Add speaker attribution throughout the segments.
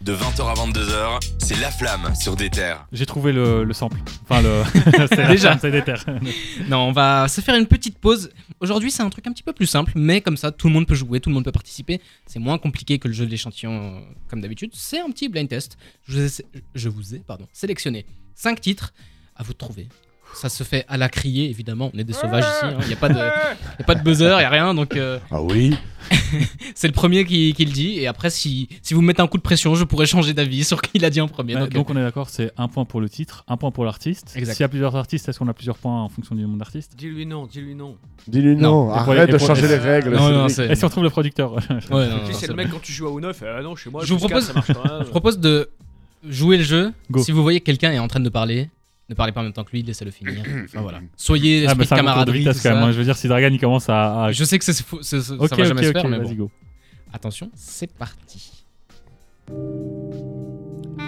Speaker 1: De 20h à 22h, c'est La Flamme sur des terres.
Speaker 2: J'ai trouvé le, le sample. Enfin, le. c'est la
Speaker 3: Déjà.
Speaker 2: flamme, c'est des terres.
Speaker 3: Non, on va se faire une petite pause. Aujourd'hui, c'est un truc un petit peu plus simple, mais comme ça, tout le monde peut jouer, tout le monde peut participer. C'est moins compliqué que le jeu de l'échantillon, euh, comme d'habitude. C'est un petit blind test. Je vous ai, je vous ai, pardon, sélectionné 5 titres à vous de trouver. Ça se fait à la criée, évidemment. On est des sauvages ici. hein. Il n'y a, pas de- y a pas de buzzer, il n'y a rien. Donc, euh,
Speaker 4: Ah oui
Speaker 3: c'est le premier qui, qui le dit. Et après, si, si vous me mettez un coup de pression, je pourrais changer d'avis sur qui l'a dit en premier.
Speaker 2: Ouais,
Speaker 3: donc,
Speaker 2: donc, on est d'accord, c'est un point pour le titre, un point pour l'artiste. S'il
Speaker 3: Exact.
Speaker 2: y a plusieurs artistes, est-ce qu'on a plusieurs points en fonction du nombre d'artistes
Speaker 5: Dis-lui non, dis-lui non.
Speaker 4: Dis-lui non,
Speaker 2: Non. Et pour- et
Speaker 4: arrête de
Speaker 2: pour-
Speaker 4: changer les
Speaker 5: euh,
Speaker 4: règles.
Speaker 3: non, non,
Speaker 4: Cédric.
Speaker 3: c'est.
Speaker 2: Et si on trouve le producteur
Speaker 3: Ouais, non,
Speaker 5: Tu
Speaker 3: non,
Speaker 5: sais,
Speaker 3: non,
Speaker 5: c'est
Speaker 3: c'est
Speaker 5: le mec quand tu joues à 9 euh, non, chez moi,
Speaker 3: Je
Speaker 5: plus
Speaker 3: vous propose-
Speaker 5: quatre, ça marche pas. hein.
Speaker 3: Je propose de jouer le jeu.
Speaker 2: Go.
Speaker 3: Si vous voyez que quelqu'un est en train de parler, ne parlez pas en même temps que lui, laissez-le finir. Enfin, voilà. Soyez
Speaker 2: Ah,
Speaker 3: esprit
Speaker 2: mais
Speaker 3: de
Speaker 2: c'est un concours de
Speaker 3: camaraderie.
Speaker 2: vitesse
Speaker 3: tout
Speaker 2: quand même.
Speaker 3: ça.
Speaker 2: hein. Je veux dire, si Dragan il commence à. à-
Speaker 3: Je sais que c'est fou- c'est- c'est-
Speaker 2: ok,
Speaker 3: ça va
Speaker 2: ok,
Speaker 3: jamais se
Speaker 2: ok,
Speaker 3: faire, mais
Speaker 2: vas-y
Speaker 3: bon.
Speaker 2: go.
Speaker 3: Attention, c'est parti.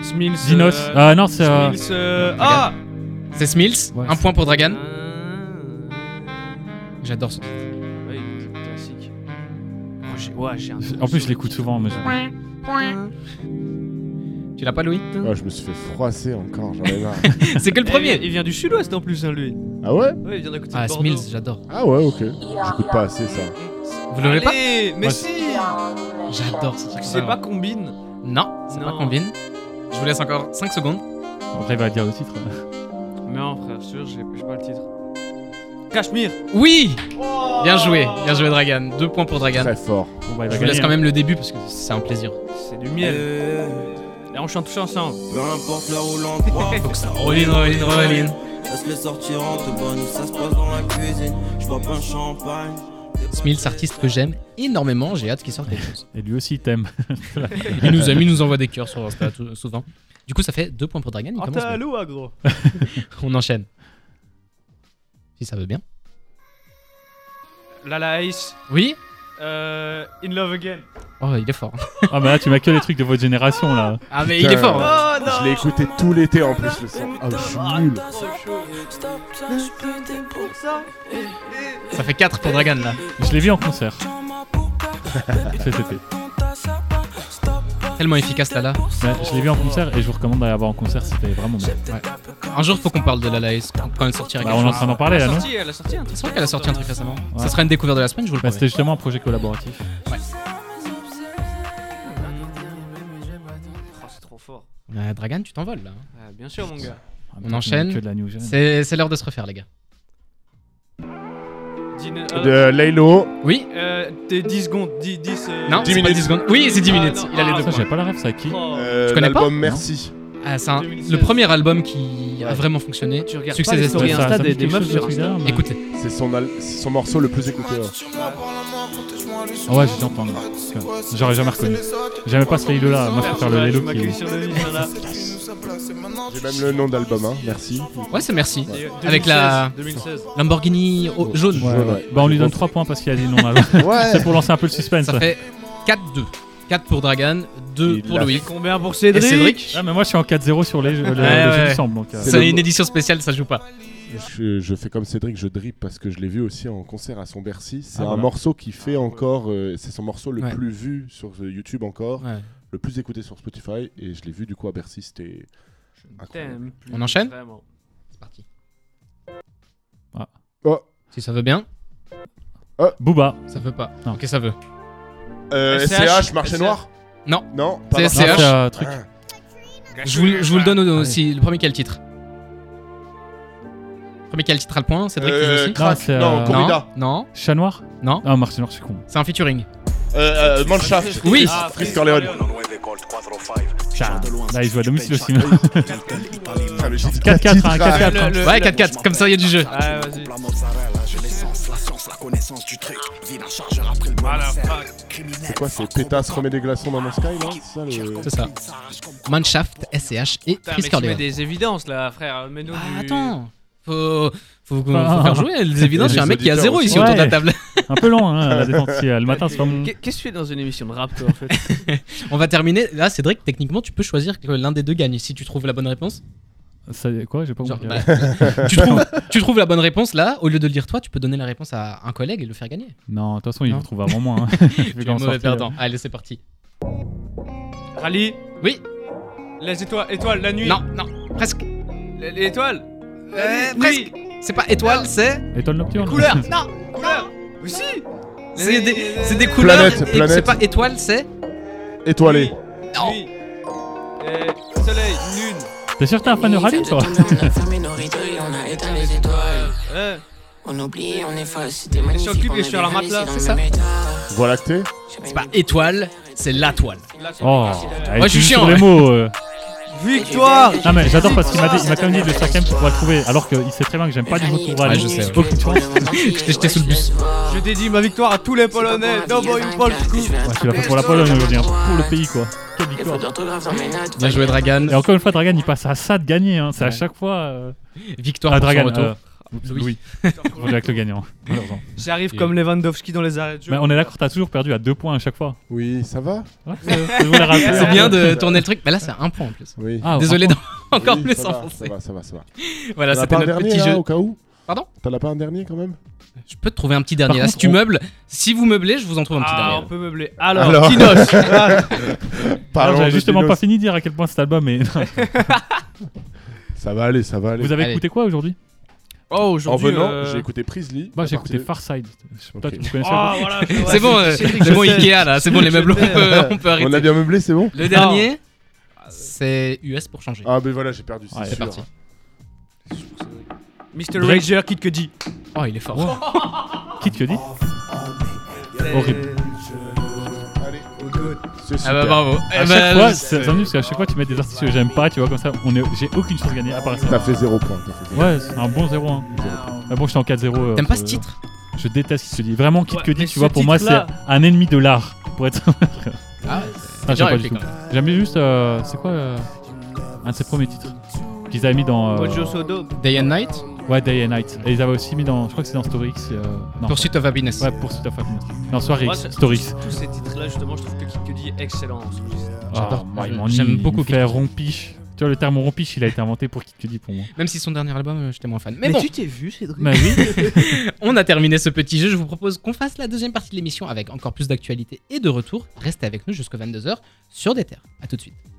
Speaker 5: Smils.
Speaker 2: Dinos. Ah non, c'est. euh,
Speaker 5: Smils. euh, Ah
Speaker 3: C'est Smils,
Speaker 2: Ouais,
Speaker 3: un
Speaker 2: c'est-
Speaker 3: point pour Dragan.
Speaker 5: Ah.
Speaker 3: J'adore ce titre.
Speaker 5: Oui, classique. Oh, j'ai- ouais, j'ai un
Speaker 2: En plus, je l'écoute souvent, mais je-
Speaker 3: Tu l'as pas, Louis
Speaker 4: Ah, je me suis fait froisser encore, j'en ai marre.
Speaker 3: C'est que le
Speaker 5: Eh, Il,
Speaker 3: premier.
Speaker 5: il vient du sud-ouest en plus, hein, lui.
Speaker 4: ah ouais
Speaker 5: Ouais, il vient d'un côté
Speaker 3: Ah,
Speaker 5: de Bordeaux.
Speaker 3: Smils, j'adore.
Speaker 4: Ah ouais, ok. J'écoute pas assez ça.
Speaker 3: Vous l'avez pas
Speaker 5: Allez, mais
Speaker 2: Moi,
Speaker 5: si
Speaker 3: J'adore ce truc. Euh,
Speaker 5: C'est pas combine.
Speaker 3: Non, c'est pas
Speaker 5: Non.
Speaker 3: combine. Je vous laisse encore 5 secondes.
Speaker 2: Après, il euh, va dire le titre.
Speaker 5: Non, frère, sûr, j'ai j'ai pas le titre. Cachemire
Speaker 3: Oui Bien joué, bien joué, Dragan. Deux points pour Dragan.
Speaker 4: Très fort.
Speaker 2: Bon, bah, il va
Speaker 3: Je vous
Speaker 2: gagner,
Speaker 3: laisse
Speaker 2: hein.
Speaker 3: quand même le début parce que c'est un plaisir.
Speaker 5: C'est du miel. Euh. Là, on chante tous ensemble.
Speaker 6: Peu importe là où l'endroit, faut que ça
Speaker 3: Roline, Roline, Roline.
Speaker 6: Laisse les sortir en tout bonne, ça se passe dans la cuisine. Je bois pas un champagne.
Speaker 3: Smils, artiste que j'aime énormément, j'ai hâte qu'il sorte quelque chose.
Speaker 2: Et lui aussi, il t'aime.
Speaker 3: Il nous aime, il nous envoie des cœurs sur Insta tout- souvent. Du coup, ça fait deux points pour Dragan. Il
Speaker 5: Ah,
Speaker 3: commence,
Speaker 5: t'as l'eau, gros.
Speaker 3: mais on enchaîne. Si ça veut bien.
Speaker 5: Lala Ace,
Speaker 3: Oui
Speaker 5: euh, In Love Again.
Speaker 3: Oh, il est fort.
Speaker 2: Ah, mais là, tu m'as que des trucs de votre génération là.
Speaker 3: Ah, mais
Speaker 4: Putain.
Speaker 3: il est fort. hein.
Speaker 5: Oh
Speaker 4: Je l'ai écouté tout l'été en plus le son. Ah, je suis nul.
Speaker 3: Ça fait 4 pour Dragan là.
Speaker 2: Je l'ai vu en concert cet été.
Speaker 3: Tellement efficace là là.
Speaker 2: Ouais, Bah, je l'ai vu en concert et je vous recommande d'aller la voir en concert, c'était vraiment bien.
Speaker 3: Un jour, faut qu'on parle de Lala Ace quand quand elle sortira
Speaker 2: Bah,
Speaker 3: quelque
Speaker 2: on est en
Speaker 3: chose.
Speaker 2: train d'en parler là, non
Speaker 5: Elle a sorti un truc.
Speaker 3: C'est vrai qu'elle a sorti un truc récemment.
Speaker 2: Ouais.
Speaker 3: Ça sera une découverte de la semaine, je vous le
Speaker 2: Bah,
Speaker 3: promets.
Speaker 2: C'était justement un projet collaboratif.
Speaker 5: Oh, c'est trop fort.
Speaker 3: Euh, Dragan, tu t'envoles là.
Speaker 5: Ah, bien sûr, mon gars.
Speaker 3: On enchaîne.
Speaker 2: Que de la new gen.
Speaker 3: C'est c'est l'heure de se refaire, les gars.
Speaker 5: Dîner- euh,
Speaker 4: De Laylo.
Speaker 3: Oui
Speaker 5: euh, T'es 10 secondes, 10, 10 euh,
Speaker 3: Non,
Speaker 4: Dix
Speaker 3: c'est pas
Speaker 4: minutes.
Speaker 3: 10 secondes. Oui, c'est 10
Speaker 5: Ah,
Speaker 3: minutes.
Speaker 5: non.
Speaker 3: Il a les
Speaker 5: Ah,
Speaker 3: deux
Speaker 2: Ça,
Speaker 3: points.
Speaker 2: j'ai pas la rêve, ça à qui
Speaker 5: Oh.
Speaker 4: Euh,
Speaker 3: connais pas
Speaker 4: L'album Merci.
Speaker 3: Ah, c'est un- le
Speaker 5: 2016.
Speaker 3: premier album qui a
Speaker 5: Ouais.
Speaker 3: vraiment fonctionné.
Speaker 5: Tu regardes
Speaker 3: Succès
Speaker 5: pas les
Speaker 3: d'Esther.
Speaker 5: stories
Speaker 2: Ça- ça
Speaker 5: Insta
Speaker 2: me
Speaker 5: des,
Speaker 2: dit
Speaker 5: des
Speaker 2: quelque
Speaker 5: meufs
Speaker 2: chose,
Speaker 5: sur
Speaker 2: ce
Speaker 5: Insta.
Speaker 2: truc-là, mais-
Speaker 3: Écoutez.
Speaker 4: C'est son, al- c'est son morceau le plus écouté. ouais.
Speaker 2: Ah ouais, j'ai entendu. J'aurais jamais reconnu. J'aimais pas ce Lilo là, moi je préfère le
Speaker 5: Ouais,
Speaker 2: Lilo
Speaker 5: je
Speaker 2: qui
Speaker 5: m'accueille
Speaker 2: est.
Speaker 5: sur le lit, voilà.
Speaker 4: J'ai même le nom d'album, hein. Merci.
Speaker 3: Ouais, c'est merci.
Speaker 5: Et, euh,
Speaker 3: Avec la-
Speaker 5: 2016.
Speaker 3: Lamborghini au- jaune.
Speaker 2: Ouais, ouais. Bah on lui donne 3 points parce qu'il a dit non là. C'est
Speaker 4: Ouais.
Speaker 2: pour lancer un peu le suspense.
Speaker 3: Ça fait 4-2. 4 pour Dragan, 2
Speaker 4: Il
Speaker 3: pour
Speaker 4: l'a
Speaker 3: Louis.
Speaker 5: Combien pour
Speaker 3: Et
Speaker 5: Cédric,
Speaker 3: Cédric
Speaker 2: Ah mais moi je suis en 4-0 sur les jeux, le,
Speaker 3: Ouais,
Speaker 2: le jeu
Speaker 3: ouais.
Speaker 2: du sample, donc. euh,
Speaker 4: C'est le-
Speaker 3: C'est une édition spéciale, ça joue pas.
Speaker 4: Je, je fais comme Cédric, je drip parce que je l'ai vu aussi en concert à son Bercy. C'est
Speaker 2: Ah,
Speaker 4: un
Speaker 2: voilà.
Speaker 4: morceau qui fait encore. euh, c'est son morceau le
Speaker 3: Ouais.
Speaker 4: plus vu sur euh, YouTube encore, le plus écouté sur Spotify. Et je l'ai vu du coup à Bercy. C'était.
Speaker 5: Ah,
Speaker 4: incroyable.
Speaker 5: T'aimes plus,
Speaker 3: On enchaîne
Speaker 5: vraiment.
Speaker 3: C'est parti.
Speaker 4: Oh,
Speaker 3: Si ça veut bien,
Speaker 2: Booba.
Speaker 3: ça veut pas.
Speaker 2: Non.
Speaker 3: Ok, ça veut.
Speaker 4: euh,
Speaker 5: SCH,
Speaker 4: SCH, Marché
Speaker 5: SCH.
Speaker 4: Noir
Speaker 3: Non.
Speaker 4: Non, Ah, euh,
Speaker 3: C'est
Speaker 2: Non,
Speaker 3: SCH.
Speaker 2: c'est un truc.
Speaker 3: Je vous, je vous le donne
Speaker 2: Ouais.
Speaker 3: aussi. Le premier qui a le titre. Le premier qui a le titre à le point, Cédric qui joue
Speaker 4: Euh,
Speaker 3: aussi.
Speaker 2: Non, c'est,
Speaker 4: non,
Speaker 2: euh,
Speaker 3: Non,
Speaker 4: Corrida.
Speaker 3: non,
Speaker 2: Chat noir
Speaker 3: non.
Speaker 2: Ah Marc, c'est noir, je suis con.
Speaker 3: C'est un featuring.
Speaker 4: Euh, euh, Mancha.
Speaker 3: Oui.
Speaker 4: Fritz-
Speaker 5: Ah,
Speaker 4: Fritz Corleone.
Speaker 2: Là il joue à domicile aussi.
Speaker 4: Ah, mais j'ai dit
Speaker 2: 4-4,
Speaker 4: quatre titres,
Speaker 2: hein,
Speaker 4: ah.
Speaker 2: 4-4. hein.
Speaker 5: Le-
Speaker 3: Ouais, 4-4, comme ça il y a du jeu.
Speaker 5: Ah, vas-y.
Speaker 7: La mozzarella, j'ai l'essence, la science, la connaissance du truc. Ville à chargeur après
Speaker 5: Ah,
Speaker 7: le bon
Speaker 4: C'est quoi, c'est Pétasse remet des glaçons dans mon sky là C'est ça le.
Speaker 3: C'est ça. Manshaft, SCH et Chris
Speaker 5: Putain, mais tu mets
Speaker 3: Corleone.
Speaker 5: des évidences là, frère. Mets-nous
Speaker 3: Ah,
Speaker 5: du...
Speaker 3: attends. Faut, faut, faut
Speaker 2: Ah.
Speaker 3: faire jouer les évidences.
Speaker 4: Et
Speaker 3: J'ai un
Speaker 4: les
Speaker 3: mec qui a
Speaker 4: auditeurs
Speaker 3: zéro
Speaker 4: aussi.
Speaker 3: ici autour de la
Speaker 2: Ouais.
Speaker 3: table.
Speaker 2: Un peu lent hein, la détente si, euh, le matin c'est pas mon.
Speaker 5: Qu'est- Bah, Qu'est-ce que tu fais dans une émission de rap, toi, en fait
Speaker 3: On va terminer. Là, Cédric, techniquement, tu peux choisir que l'un des deux gagne si tu trouves la bonne réponse.
Speaker 2: Ça- Quoi J'ai pas
Speaker 3: Genre,
Speaker 2: compris.
Speaker 3: bah, tu, trouves, tu trouves la bonne réponse là, au lieu de le dire toi, tu peux donner la réponse à un collègue et le faire gagner.
Speaker 2: Non, de toute façon, il
Speaker 3: Non.
Speaker 2: vous trouve avant moi. Hein. Vu
Speaker 4: euh.
Speaker 3: Tu es
Speaker 2: comment
Speaker 3: mauvais
Speaker 2: sortir.
Speaker 3: perdant. Allez, c'est parti.
Speaker 5: Rally
Speaker 3: Oui,
Speaker 5: Les étoiles, étoiles, la nuit.
Speaker 3: non, non, presque.
Speaker 5: L- L'étoile.
Speaker 3: Euh,
Speaker 5: nuit.
Speaker 3: presque. C'est pas
Speaker 4: Ah.
Speaker 3: étoile, c'est.
Speaker 2: euh, Étoile nocturne.
Speaker 3: Couleur Non
Speaker 5: Couleur. Mais si.
Speaker 3: C'est
Speaker 5: Les-
Speaker 3: des,
Speaker 5: les-
Speaker 3: c'est des
Speaker 5: les-
Speaker 3: couleurs.
Speaker 4: Planète,
Speaker 3: et
Speaker 4: planète.
Speaker 3: C'est pas étoile, c'est.
Speaker 4: Étoilé.
Speaker 3: Non.
Speaker 5: Nuit. Euh, soleil, lune.
Speaker 2: T'es sûr que t'es un fan de Rallye, toi
Speaker 8: On a fermé nos rideaux et on a éteint les étoiles.
Speaker 5: Euh,
Speaker 8: On oublie, on efface, c'était magnifique.
Speaker 5: sur le cube
Speaker 8: on
Speaker 5: et sur la
Speaker 8: avait réalisé
Speaker 5: matelas, c'est
Speaker 8: dans le
Speaker 5: ça
Speaker 8: même état.
Speaker 4: Voie lactée
Speaker 3: C'est pas étoile, c'est la toile.
Speaker 5: la toile.
Speaker 3: Ah,
Speaker 2: Oh,
Speaker 5: Euh,
Speaker 2: eh,
Speaker 3: Moi, je suis
Speaker 2: tu joues
Speaker 3: chiant,
Speaker 2: sur les
Speaker 3: ouais.
Speaker 2: mots. euh.
Speaker 5: Victoire.
Speaker 2: Non, mais j'adore parce qu'il m'a dit- il m'a quand même dit le cinquième tu pourras trouver, alors qu'il sait très bien que j'aime pas du tout
Speaker 8: Ouais,
Speaker 2: Rallye.
Speaker 8: je sais.
Speaker 2: Donc, tu vois,
Speaker 8: Je
Speaker 3: t'ai jeté sous le bus.
Speaker 5: Je dédie ma victoire à tous les Polonais. Double Polsku.
Speaker 2: Ouais, tu l'as fait pour la Pologne aujourd'hui, hein, pour le pays quoi. Quelle victoire.
Speaker 3: Bien joué, Dragan.
Speaker 2: Et encore une fois, Dragan, il passe à ça de gagner. Hein. C'est à
Speaker 3: Ouais.
Speaker 2: chaque fois. Euh...
Speaker 3: Victoire
Speaker 2: ah,
Speaker 3: pour son
Speaker 2: Dragan,
Speaker 3: retour.
Speaker 2: euh,
Speaker 3: Louis.
Speaker 2: Louis. On dirait que le gagnant. malheureusement.
Speaker 5: J'arrive comme Lewandowski dans les arrêts de jeu.
Speaker 2: Mais on est d'accord, t'as toujours perdu à deux points à chaque fois.
Speaker 4: Oui, ça va
Speaker 2: Ouais, je voulais rappeler.
Speaker 3: C'est bien de tourner le truc. Bah là, c'est un point en plus.
Speaker 4: Oui.
Speaker 2: hein. Ah,
Speaker 3: Désolé
Speaker 2: par
Speaker 3: d'en- encore
Speaker 4: Oui,
Speaker 3: plus
Speaker 4: ça va, Ça
Speaker 3: enfoncer.
Speaker 4: va, ça va, ça va.
Speaker 3: Voilà,
Speaker 4: T'en as
Speaker 3: c'était
Speaker 4: pas un
Speaker 3: notre
Speaker 4: dernier
Speaker 3: petit
Speaker 4: là,
Speaker 3: jeu.
Speaker 4: au cas où
Speaker 3: Pardon
Speaker 4: T'en as pas un dernier quand même
Speaker 3: Je peux te trouver un petit dernier.
Speaker 2: Par
Speaker 3: là, si
Speaker 2: contre,
Speaker 3: tu
Speaker 2: on-
Speaker 3: meubles, si vous meublez, je vous en trouve un petit
Speaker 5: Ah, on
Speaker 3: dernier.
Speaker 5: peut meubler. Alors,
Speaker 4: Alors.
Speaker 5: Dinos. Ah,
Speaker 2: contre,
Speaker 4: Parlons
Speaker 2: J'avais
Speaker 4: de
Speaker 2: justement
Speaker 4: Dinos.
Speaker 2: pas fini de dire à quel point cet album est.
Speaker 4: Ça va aller, ça va aller.
Speaker 2: Vous avez
Speaker 3: Allez.
Speaker 2: écouté quoi aujourd'hui
Speaker 5: Oh,
Speaker 4: En
Speaker 5: aujourd'hui.
Speaker 4: venant,
Speaker 5: euh,
Speaker 4: ben j'ai écouté Prisley.
Speaker 2: Moi, j'ai
Speaker 4: à
Speaker 2: écouté
Speaker 4: partir-
Speaker 2: Farside. Je sais pas,
Speaker 4: Ok.
Speaker 2: tu me connaissais
Speaker 3: Oh.
Speaker 5: Ah, voilà, je-
Speaker 3: C'est bon, euh,
Speaker 5: ouais, je-
Speaker 3: c'est bon
Speaker 5: je-
Speaker 3: Ikea là, c'est bon les meubles, on peut, on peut
Speaker 4: On a
Speaker 3: arrêter.
Speaker 4: bien meublé, c'est bon
Speaker 3: Le dernier, c'est US pour changer.
Speaker 4: Ah, mais voilà, j'ai perdu, c'est
Speaker 2: Ouais, c'est
Speaker 4: sûr.
Speaker 3: parti.
Speaker 5: Mr.
Speaker 2: Drake.
Speaker 5: Rager, Kid Cudi.
Speaker 3: Oh, il est fort.
Speaker 2: Qui te dit Horrible.
Speaker 4: Allez, c'est
Speaker 3: Ah bah
Speaker 4: super.
Speaker 3: bravo. Eh
Speaker 2: À
Speaker 3: bah,
Speaker 2: chaque fois,
Speaker 3: je-
Speaker 2: c'est c'est amusant parce qu'à chaque fois, tu mets des artistes que j'aime pas, tu vois, comme ça, on est... j'ai aucune chose gagnée à part ça.
Speaker 4: T'as fait 0 point. t'as fait zéro.
Speaker 2: Ouais, c'est un bon 0 1 Ah bon, j'étais en 4-0. euh,
Speaker 3: T'aimes pas
Speaker 2: entre-
Speaker 3: ce titre
Speaker 2: Je déteste ce dit. Vraiment, quitte
Speaker 5: Ouais,
Speaker 2: que dit,
Speaker 5: mais
Speaker 2: tu
Speaker 5: ce
Speaker 2: vois, pour moi, c'est
Speaker 5: titre-là-
Speaker 2: un ennemi de l'art. Pour être.
Speaker 3: Ah,
Speaker 2: Ah,
Speaker 3: c'est
Speaker 2: j'aime
Speaker 3: dur
Speaker 2: pas
Speaker 3: à
Speaker 2: du
Speaker 3: écrire,
Speaker 2: tout.
Speaker 3: quand même.
Speaker 2: J'aime juste. euh, c'est quoi euh, un de ses premiers titres qu'ils avaient mis dans. euh,
Speaker 5: Mojo Sodo.
Speaker 3: Day and Night,
Speaker 2: ouais, Day and Night. Et ils avaient aussi mis dans. Je crois que c'est dans Story X. euh, non.
Speaker 3: Pursuit of Happiness.
Speaker 2: Ouais, Pursuit of Happiness. Non, Soirée
Speaker 5: Moi,
Speaker 2: X.
Speaker 5: c'est-
Speaker 2: Story X.
Speaker 5: Tous ces titres-là, justement, je trouve que Kid Cudi est excellent. dans ce registre.
Speaker 3: j'adore.
Speaker 2: Ah, moi, il
Speaker 3: J'aime
Speaker 2: m'ennuie, il me
Speaker 3: beaucoup
Speaker 2: fait rompiche. Tu vois, le terme rompiche, il a été inventé pour qui te dit pour moi.
Speaker 3: Même si son dernier album, euh, j'étais moins fan. Mais, bon,
Speaker 5: t'es vu, Cédric
Speaker 2: Bah oui.
Speaker 3: on a terminé ce petit jeu. Je vous propose qu'on fasse la deuxième partie de l'émission avec encore plus d'actualités et de retour. Restez avec nous jusqu'à 22h sur des terres. A tout de suite.